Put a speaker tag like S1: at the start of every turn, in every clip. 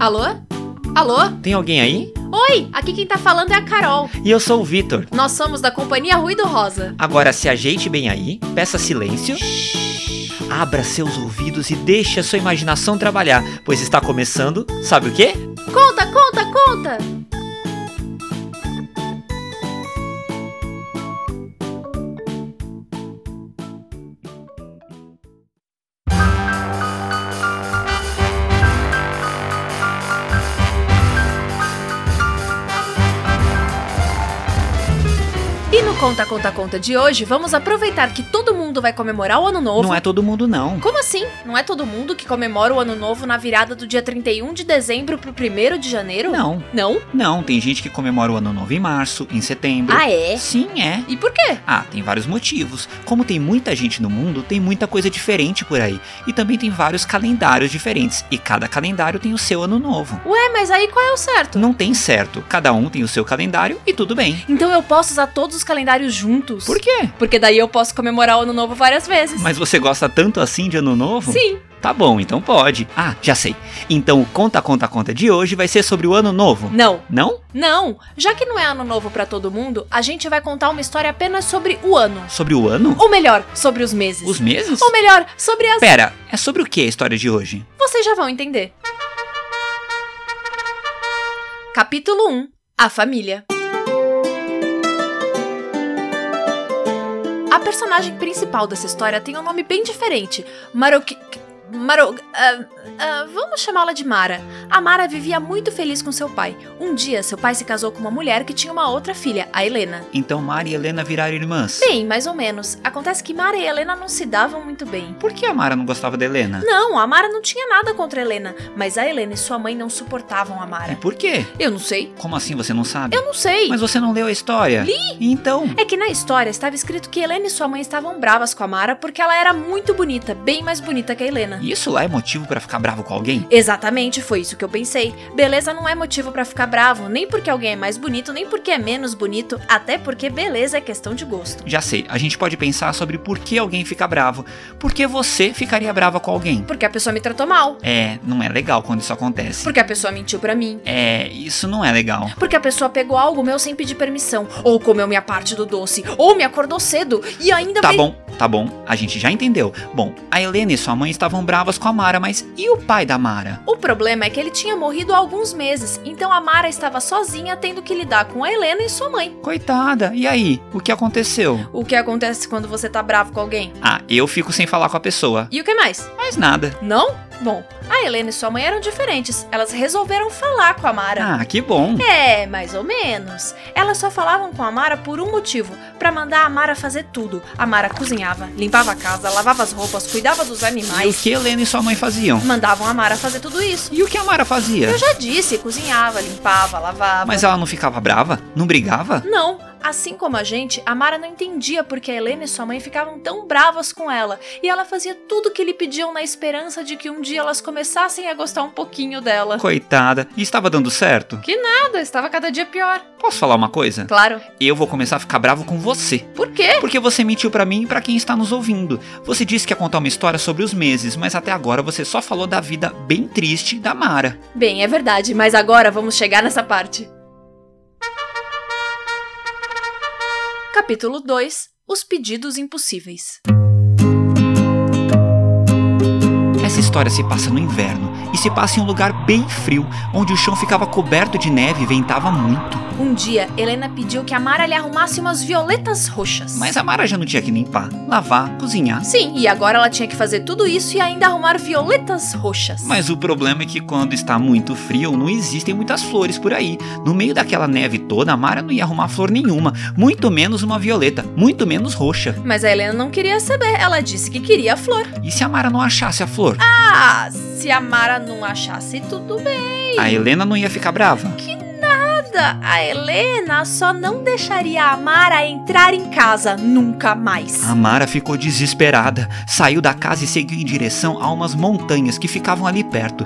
S1: Alô? Alô?
S2: Tem alguém aí?
S1: Oi, aqui quem tá falando é a Carol.
S2: E eu sou o Vitor.
S1: Nós somos da Companhia Ruído Rosa.
S2: Agora se ajeite bem aí, peça silêncio. Abra seus ouvidos e deixe a sua imaginação trabalhar, pois está começando, sabe o quê?
S1: Conta, conta, conta! E no Conta, conta, conta de hoje, vamos aproveitar que todo mundo vai comemorar o Ano Novo.
S2: Não é todo mundo não.
S1: Como assim? Não é todo mundo que comemora o Ano Novo na virada do dia 31 de dezembro pro 1 de janeiro?
S2: Não,
S1: Não?
S2: não, tem gente que comemora o ano novo em março, em setembro.
S1: Ah, é?
S2: Sim, é.
S1: E por quê?
S2: Ah, tem vários motivos. Como tem muita gente no mundo, tem muita coisa diferente por aí. E também tem vários calendários diferentes. E cada calendário tem o seu ano novo.
S1: Ué, mas aí qual é o certo?
S2: Não tem certo. Cada um tem o seu calendário e tudo bem.
S1: Então eu posso usar todos os calendários juntos?
S2: Por quê?
S1: Porque daí eu posso comemorar o Ano Novo várias vezes.
S2: Mas você gosta tanto assim de ano novo?
S1: Sim.
S2: Tá bom, então pode. Ah, já sei. Então o conta conta conta de hoje vai ser sobre o ano novo.
S1: Não,
S2: Não?
S1: não. Já que não é ano novo pra todo mundo, a gente vai contar uma história apenas sobre o ano.
S2: Sobre o ano?
S1: Ou melhor, sobre os meses.
S2: Os meses?
S1: Ou melhor, sobre as.
S2: Pera, é sobre o que a história de hoje?
S1: Vocês já vão entender. Capítulo 1 A Família A personagem principal dessa história tem um nome bem diferente. Maroki. Maro. ah, ah, vamos chamá-la de Mara. A Mara vivia muito feliz com seu pai. Um dia, seu pai se casou com uma mulher que tinha uma outra filha, a Helena.
S2: Então Mara e Helena viraram irmãs.
S1: Bem, mais ou menos. Acontece que Mara e Helena não se davam muito bem.
S2: Por que a Mara não gostava da Helena?
S1: Não, a Mara não tinha nada contra a Helena, mas a Helena e sua mãe não suportavam a
S2: E
S1: Mara.
S2: É, por quê?
S1: Eu não sei.
S2: Como assim você não sabe?
S1: Eu não sei.
S2: Mas você não leu a história?
S1: Li.
S2: Então.
S1: É que na história estava escrito que Helena e sua mãe estavam bravas com a Mara porque ela era muito bonita, bem mais bonita que a Helena.
S2: Isso lá é motivo pra ficar bravo com alguém?
S1: Exatamente, foi isso que eu pensei. Beleza não é motivo pra ficar bravo, nem porque alguém é mais bonito, nem porque é menos bonito, até porque beleza é questão de gosto.
S2: Já sei, a gente pode pensar sobre por que alguém fica bravo. Por que você ficaria brava com alguém?
S1: Porque a pessoa me tratou mal,
S2: É, não é legal quando isso acontece.
S1: porque a pessoa mentiu pra mim,
S2: É, isso não é legal.
S1: Porque a pessoa pegou algo meu sem pedir permissão, ou comeu minha parte do doce, ou me acordou cedo e ainda
S2: Tá
S1: me-
S2: bom, tá bom, a gente já entendeu. Bom, a Helena e sua mãe estavam bravas com a Mara, mas e o pai da Mara?
S1: O problema é que ele tinha morrido há alguns meses, então a Mara estava sozinha tendo que lidar com a Helena e sua mãe.
S2: Coitada, e aí? O que aconteceu?
S1: O que acontece quando você tá bravo com alguém?
S2: Ah, eu fico sem falar com a pessoa.
S1: E o que mais?
S2: Mais nada.
S1: Não? Bom, a Helena e sua mãe eram diferentes. Elas resolveram falar com a Mara.
S2: Ah, que bom.
S1: É, mais ou menos. Elas só falavam com a Mara por um motivo, pra mandar a Mara fazer tudo. A Mara cozinhava, limpava a casa, lavava as roupas, cuidava dos
S2: E o
S1: animais.
S2: que Helena e sua mãe faziam?
S1: Mandavam a Mara fazer tudo isso.
S2: E o que a Mara fazia?
S1: Eu já disse, cozinhava, limpava, lavava.
S2: Mas ela não ficava brava? Não brigava?
S1: Não, assim como a gente, a Mara não entendia porque a Helena e sua mãe ficavam tão bravas com ela, e ela fazia tudo o que lhe pediam na esperança de que um dia elas começassem a gostar um pouquinho dela.
S2: Coitada, e estava dando certo?
S1: Nada, estava cada dia pior.
S2: Posso falar uma coisa?
S1: Claro.
S2: Eu vou começar a ficar bravo com você.
S1: Por quê?
S2: Porque você mentiu pra mim e pra quem está nos ouvindo. Você disse que ia contar uma história sobre os meses, mas até agora você só falou da vida bem triste da Mara.
S1: Bem, é verdade, mas agora vamos chegar nessa parte. Capítulo 2 Os pedidos impossíveis.
S2: Essa história se passa no inverno e se passa em um lugar bem frio, onde o chão ficava coberto de neve e ventava muito.
S1: Um dia, Helena pediu que a Mara lhe arrumasse umas violetas roxas.
S2: Mas a Mara já não tinha que limpar, lavar, cozinhar.
S1: Sim, e agora ela tinha que fazer tudo isso e ainda arrumar violetas roxas.
S2: Mas o problema é que quando está muito frio, não existem muitas flores por aí. No meio daquela neve toda, a Mara não ia arrumar flor nenhuma, muito menos uma violeta, muito menos roxa.
S1: Mas a Helena não queria saber, ela disse que queria a flor.
S2: E se a Mara não achasse a flor?
S1: Ah, se a Mara não achasse tudo bem.
S2: A Helena não ia ficar brava.
S1: A Helena só não deixaria a Mara entrar em casa nunca mais.
S2: A Mara ficou desesperada, saiu da casa e seguiu em direção a umas montanhas que ficavam ali perto.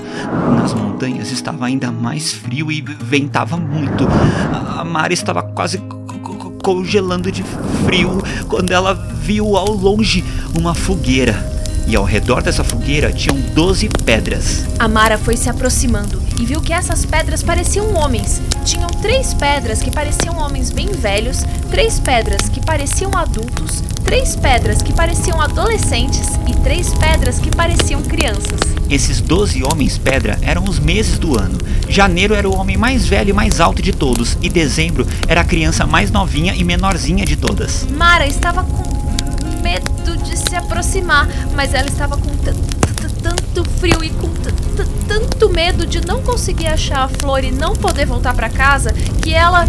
S2: Nas montanhas estava ainda mais frio e ventava muito. A- A Mara estava quase co- co- congelando de frio quando ela viu ao longe uma fogueira. E ao redor dessa fogueira tinham 12 pedras.
S1: A Mara foi se aproximando e viu que essas pedras pareciam homens. Tinham três pedras que pareciam homens bem velhos, três pedras que pareciam adultos, três pedras que pareciam adolescentes e três pedras que pareciam crianças.
S2: Esses 12 homens pedra eram os meses do ano. Janeiro era o homem mais velho e mais alto de todos, e dezembro era a criança mais novinha e menorzinha de todas.
S1: Mara estava com medo de se aproximar, mas ela estava com tan- tan- tanto frio e com tan- tan- tanto medo de não conseguir achar a flor e não poder voltar para casa que ela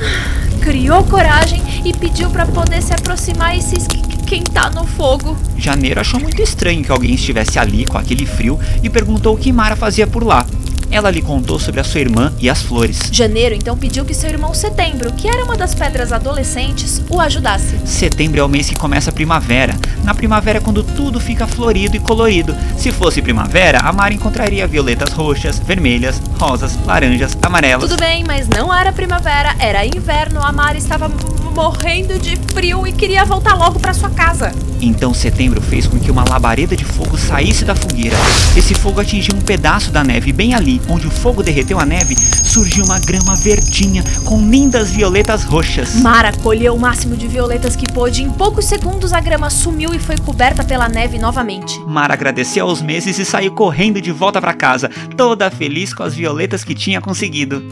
S1: ah, criou coragem e pediu para poder se aproximar e se esquentar no fogo.
S2: Janeiro achou muito estranho que alguém estivesse ali com aquele frio e perguntou o que Mara fazia por lá. Ela lhe contou sobre a sua irmã e as flores.
S1: Janeiro então pediu que seu irmão Setembro, que era uma das pedras adolescentes, o ajudasse.
S2: Setembro é o mês que começa a primavera. Na primavera é quando tudo fica florido e colorido. Se fosse primavera, a Mara encontraria violetas roxas, vermelhas, rosas, laranjas, amarelas.
S1: Tudo bem, mas não era primavera, era inverno. A Mara estava m- morrendo de frio e queria voltar logo para sua casa.
S2: Então setembro fez com que uma labareda de fogo saísse da fogueira. Esse fogo atingiu um pedaço da neve bem ali, onde o fogo derreteu a neve, surgiu uma grama verdinha com lindas violetas roxas.
S1: Mara colheu o máximo de violetas que pôde. Em poucos segundos, a grama sumiu e foi coberta pela neve novamente.
S2: Mara agradeceu aos meses e saiu correndo de volta para casa, toda feliz com as violetas que tinha conseguido.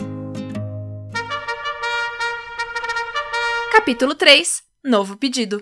S1: Capítulo 3 Novo pedido.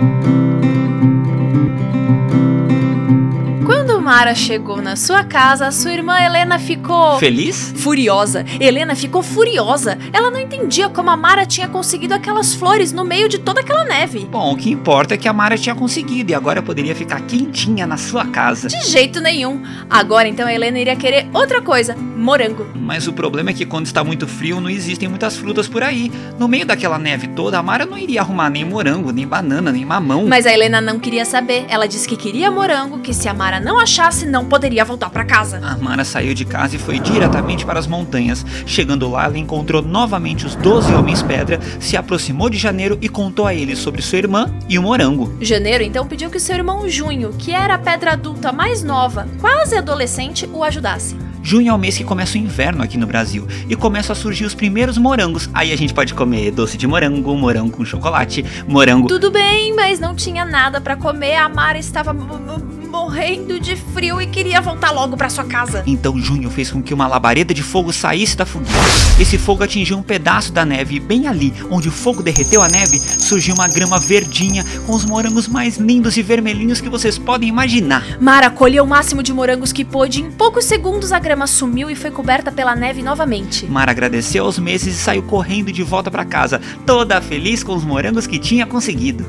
S1: Quando Mara chegou na sua casa, sua irmã Helena ficou.
S2: Feliz?
S1: Furiosa, Helena ficou furiosa. Ela não entendia como a Mara tinha conseguido aquelas flores no meio de toda aquela neve.
S2: Bom, o que importa é que a Mara tinha conseguido e agora poderia ficar quentinha na sua casa.
S1: De jeito nenhum. Agora então a Helena iria querer outra coisa: morango.
S2: Mas o problema é que quando está muito frio não existem muitas frutas por aí. No meio daquela neve toda, a Mara não iria arrumar nem morango, nem banana, nem mamão.
S1: Mas a Helena não queria saber. Ela disse que queria morango, que se a Mara não achasse, não poderia voltar pra casa.
S2: A Mara saiu de casa e foi diretamente para as montanhas. Chegando lá, ela encontrou novamente os 12 homens pedra, se aproximou de Janeiro e contou a ele sobre sua irmã e o morango.
S1: Janeiro então pediu que seu irmão Junho, que era a pedra adulta mais nova, quase adolescente, o ajudasse.
S2: Junho é o mês que começa o inverno aqui no Brasil e começam a surgir os primeiros morangos. Aí a gente pode comer doce de morango, morango com chocolate, morango.
S1: Tudo bem, mas não tinha nada pra comer. A Mara estava m- m- morrendo de frio e queria voltar logo pra sua casa.
S2: Então Junho fez com que uma labareda de fogo saísse da fogueira. Esse fogo atingiu um pedaço da neve e bem ali, onde o fogo derreteu a neve, surgiu uma grama verdinha com os morangos mais lindos e vermelhinhos que vocês podem imaginar.
S1: Mara colheu o máximo de morangos que pôde. Em poucos segundos a grama sumiu e foi coberta pela neve novamente.
S2: Mara agradeceu aos meses e saiu correndo de volta para casa, toda feliz com os morangos que tinha conseguido.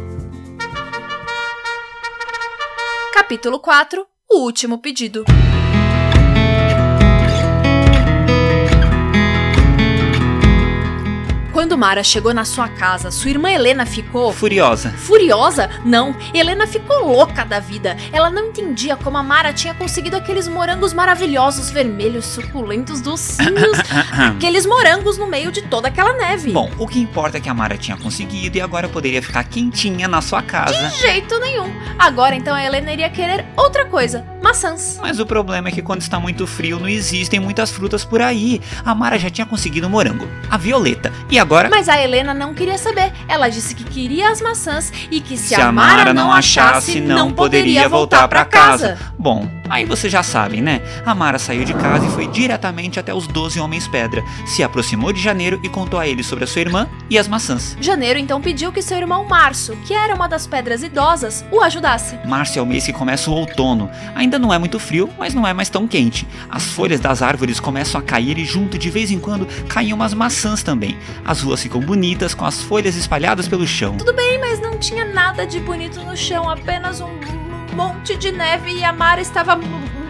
S1: Capítulo 4 O último pedido. Quando Mara chegou na sua casa, sua irmã Helena ficou.
S2: Furiosa,
S1: Furiosa? Não, Helena ficou louca da vida. Ela não entendia como a Mara tinha conseguido aqueles morangos maravilhosos, vermelhos, suculentos, docinhos. aqueles morangos no meio de toda aquela neve.
S2: Bom, o que importa é que a Mara tinha conseguido e agora poderia ficar quentinha na sua casa.
S1: De jeito nenhum. Agora então a Helena iria querer outra coisa: maçãs.
S2: Mas o problema é que quando está muito frio não existem muitas frutas por aí. A Mara já tinha conseguido o morango, a violeta e agora.
S1: Mas a Helena não queria saber. Ela disse que queria as maçãs e que se, a Mara não achasse, não poderia voltar pra casa.
S2: Bom, aí vocês já sabem, né? A Mara saiu de casa e foi diretamente até os 12 homens pedra, se aproximou de Janeiro e contou a ele sobre a sua irmã e as maçãs.
S1: Janeiro então pediu que seu irmão Março, que era uma das pedras idosas, o ajudasse.
S2: Março é o mês que começa o outono. Ainda não é muito frio, mas não é mais tão quente. As folhas das árvores começam a cair e junto de vez em quando caem umas maçãs também. As ruas ficam bonitas com as folhas espalhadas pelo chão.
S1: Bem, mas não tinha nada de bonito no chão, apenas um monte de neve e a Mara estava m-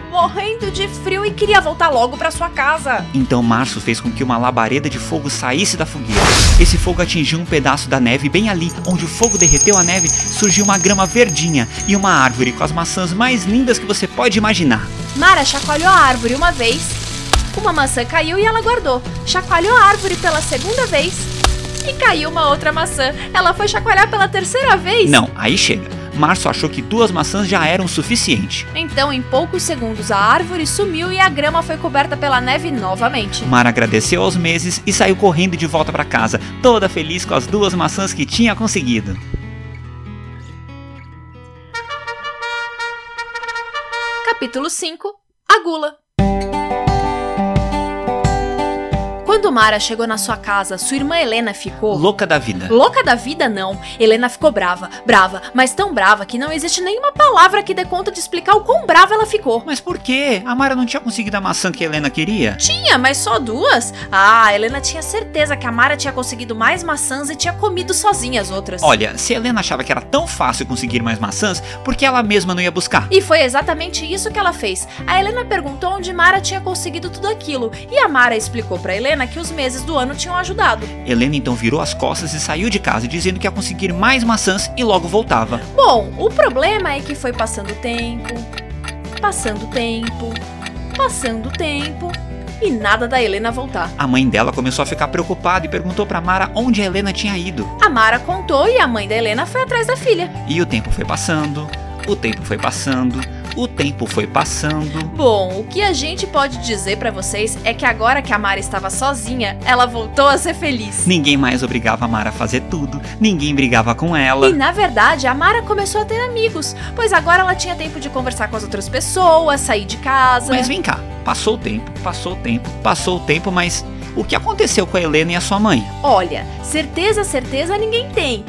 S1: morrendo de frio e queria voltar logo pra sua casa.
S2: Então Março fez com que uma labareda de fogo saísse da fogueira. Esse fogo atingiu um pedaço da neve bem ali, onde o fogo derreteu a neve, surgiu uma grama verdinha e uma árvore com as maçãs mais lindas que você pode imaginar.
S1: Mara chacoalhou a árvore uma vez, uma maçã caiu e ela guardou. Chacoalhou a árvore pela segunda vez e caiu uma outra maçã. Ela foi chacoalhar pela terceira vez.
S2: Não, aí chega. Março achou que duas maçãs já eram o suficiente.
S1: Então, em poucos segundos, a árvore sumiu e a grama foi coberta pela neve novamente.
S2: Mara agradeceu aos meses e saiu correndo de volta para casa, toda feliz com as duas maçãs que tinha conseguido.
S1: Capítulo 5 A Gula Quando Mara chegou na sua casa, sua irmã Helena ficou.
S2: Louca da vida.
S1: Louca da vida, não. Helena ficou brava, brava, mas tão brava que não existe nenhuma palavra que dê conta de explicar o quão brava ela ficou.
S2: Mas por quê? A Mara não tinha conseguido a maçã que a Helena queria?
S1: Tinha, mas só duas? Ah, Helena tinha certeza que a Mara tinha conseguido mais maçãs e tinha comido sozinha as outras.
S2: Olha, se a Helena achava que era tão fácil conseguir mais maçãs, por que ela mesma não ia buscar?
S1: E foi exatamente isso que ela fez. A Helena perguntou onde Mara tinha conseguido tudo aquilo, e a Mara explicou para Helena que os meses do ano tinham ajudado.
S2: Helena então virou as costas e saiu de casa dizendo que ia conseguir mais maçãs e logo voltava.
S1: Bom, o problema é que foi passando o tempo, passando o tempo, passando o tempo e nada da Helena voltar.
S2: A mãe dela começou a ficar preocupada e perguntou para Mara onde a Helena tinha ido.
S1: A Mara contou e a mãe da Helena foi atrás da filha.
S2: E o tempo foi passando, o tempo foi passando, o tempo foi passando.
S1: Bom, o que a gente pode dizer pra vocês é que agora que a Mara estava sozinha, ela voltou a ser feliz.
S2: Ninguém mais obrigava a Mara a fazer tudo, ninguém brigava com ela.
S1: E na verdade, a Mara começou a ter amigos, pois agora ela tinha tempo de conversar com as outras pessoas, sair de casa.
S2: Mas vem cá, passou o tempo, passou o tempo, passou o tempo, mas o que aconteceu com a Helena e a sua mãe?
S1: Olha, certeza, certeza ninguém tem.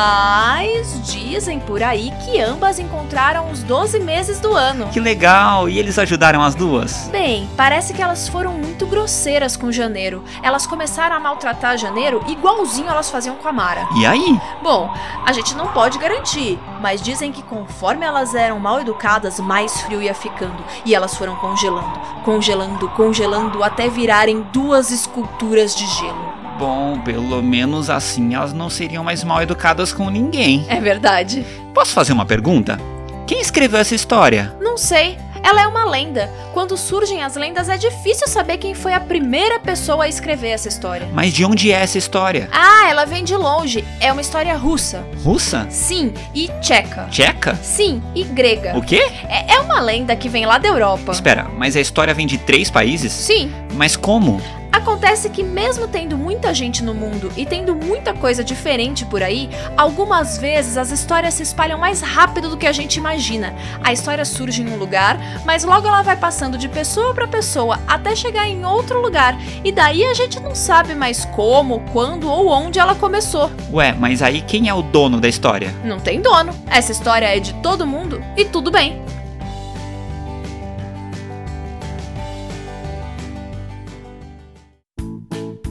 S1: Mas dizem por aí que ambas encontraram os 12 meses do ano.
S2: Que legal! E eles ajudaram as duas?
S1: Bem, parece que elas foram muito grosseiras com janeiro. Elas começaram a maltratar janeiro igualzinho elas faziam com a Mara.
S2: E aí?
S1: Bom, a gente não pode garantir, mas dizem que conforme elas eram mal educadas, mais frio ia ficando. E elas foram congelando, congelando, congelando até virarem duas esculturas de gelo.
S2: Bom, pelo menos assim elas não seriam mais mal educadas com ninguém.
S1: É verdade.
S2: Posso fazer uma pergunta? Quem escreveu essa história?
S1: Não sei. Ela é uma lenda. Quando surgem as lendas, é difícil saber quem foi a primeira pessoa a escrever essa história.
S2: Mas de onde é essa história?
S1: Ah, ela vem de longe. É uma história russa.
S2: Russa?
S1: Sim, e tcheca.
S2: Tcheca?
S1: Sim, e grega.
S2: O quê?
S1: É, é uma lenda que vem lá da Europa.
S2: Espera, mas a história vem de três países?
S1: Sim,
S2: Mas como?
S1: Acontece que, mesmo tendo muita gente no mundo e tendo muita coisa diferente por aí, algumas vezes as histórias se espalham mais rápido do que a gente imagina. A história surge em um lugar, mas logo ela vai passando de pessoa para pessoa até chegar em outro lugar, e daí a gente não sabe mais como, quando ou onde ela começou.
S2: Ué, mas aí quem é o dono da história?
S1: Não tem dono, essa história é de todo mundo e tudo bem.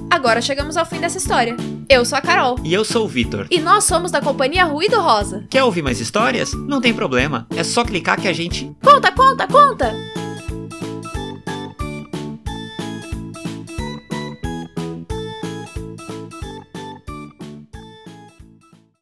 S1: Agora chegamos ao fim dessa história. Eu sou a Carol.
S2: E eu sou o Vitor.
S1: E nós somos da companhia Ruído Rosa.
S2: Quer ouvir mais histórias? Não tem problema, é só clicar que a gente
S1: Conta, conta, conta!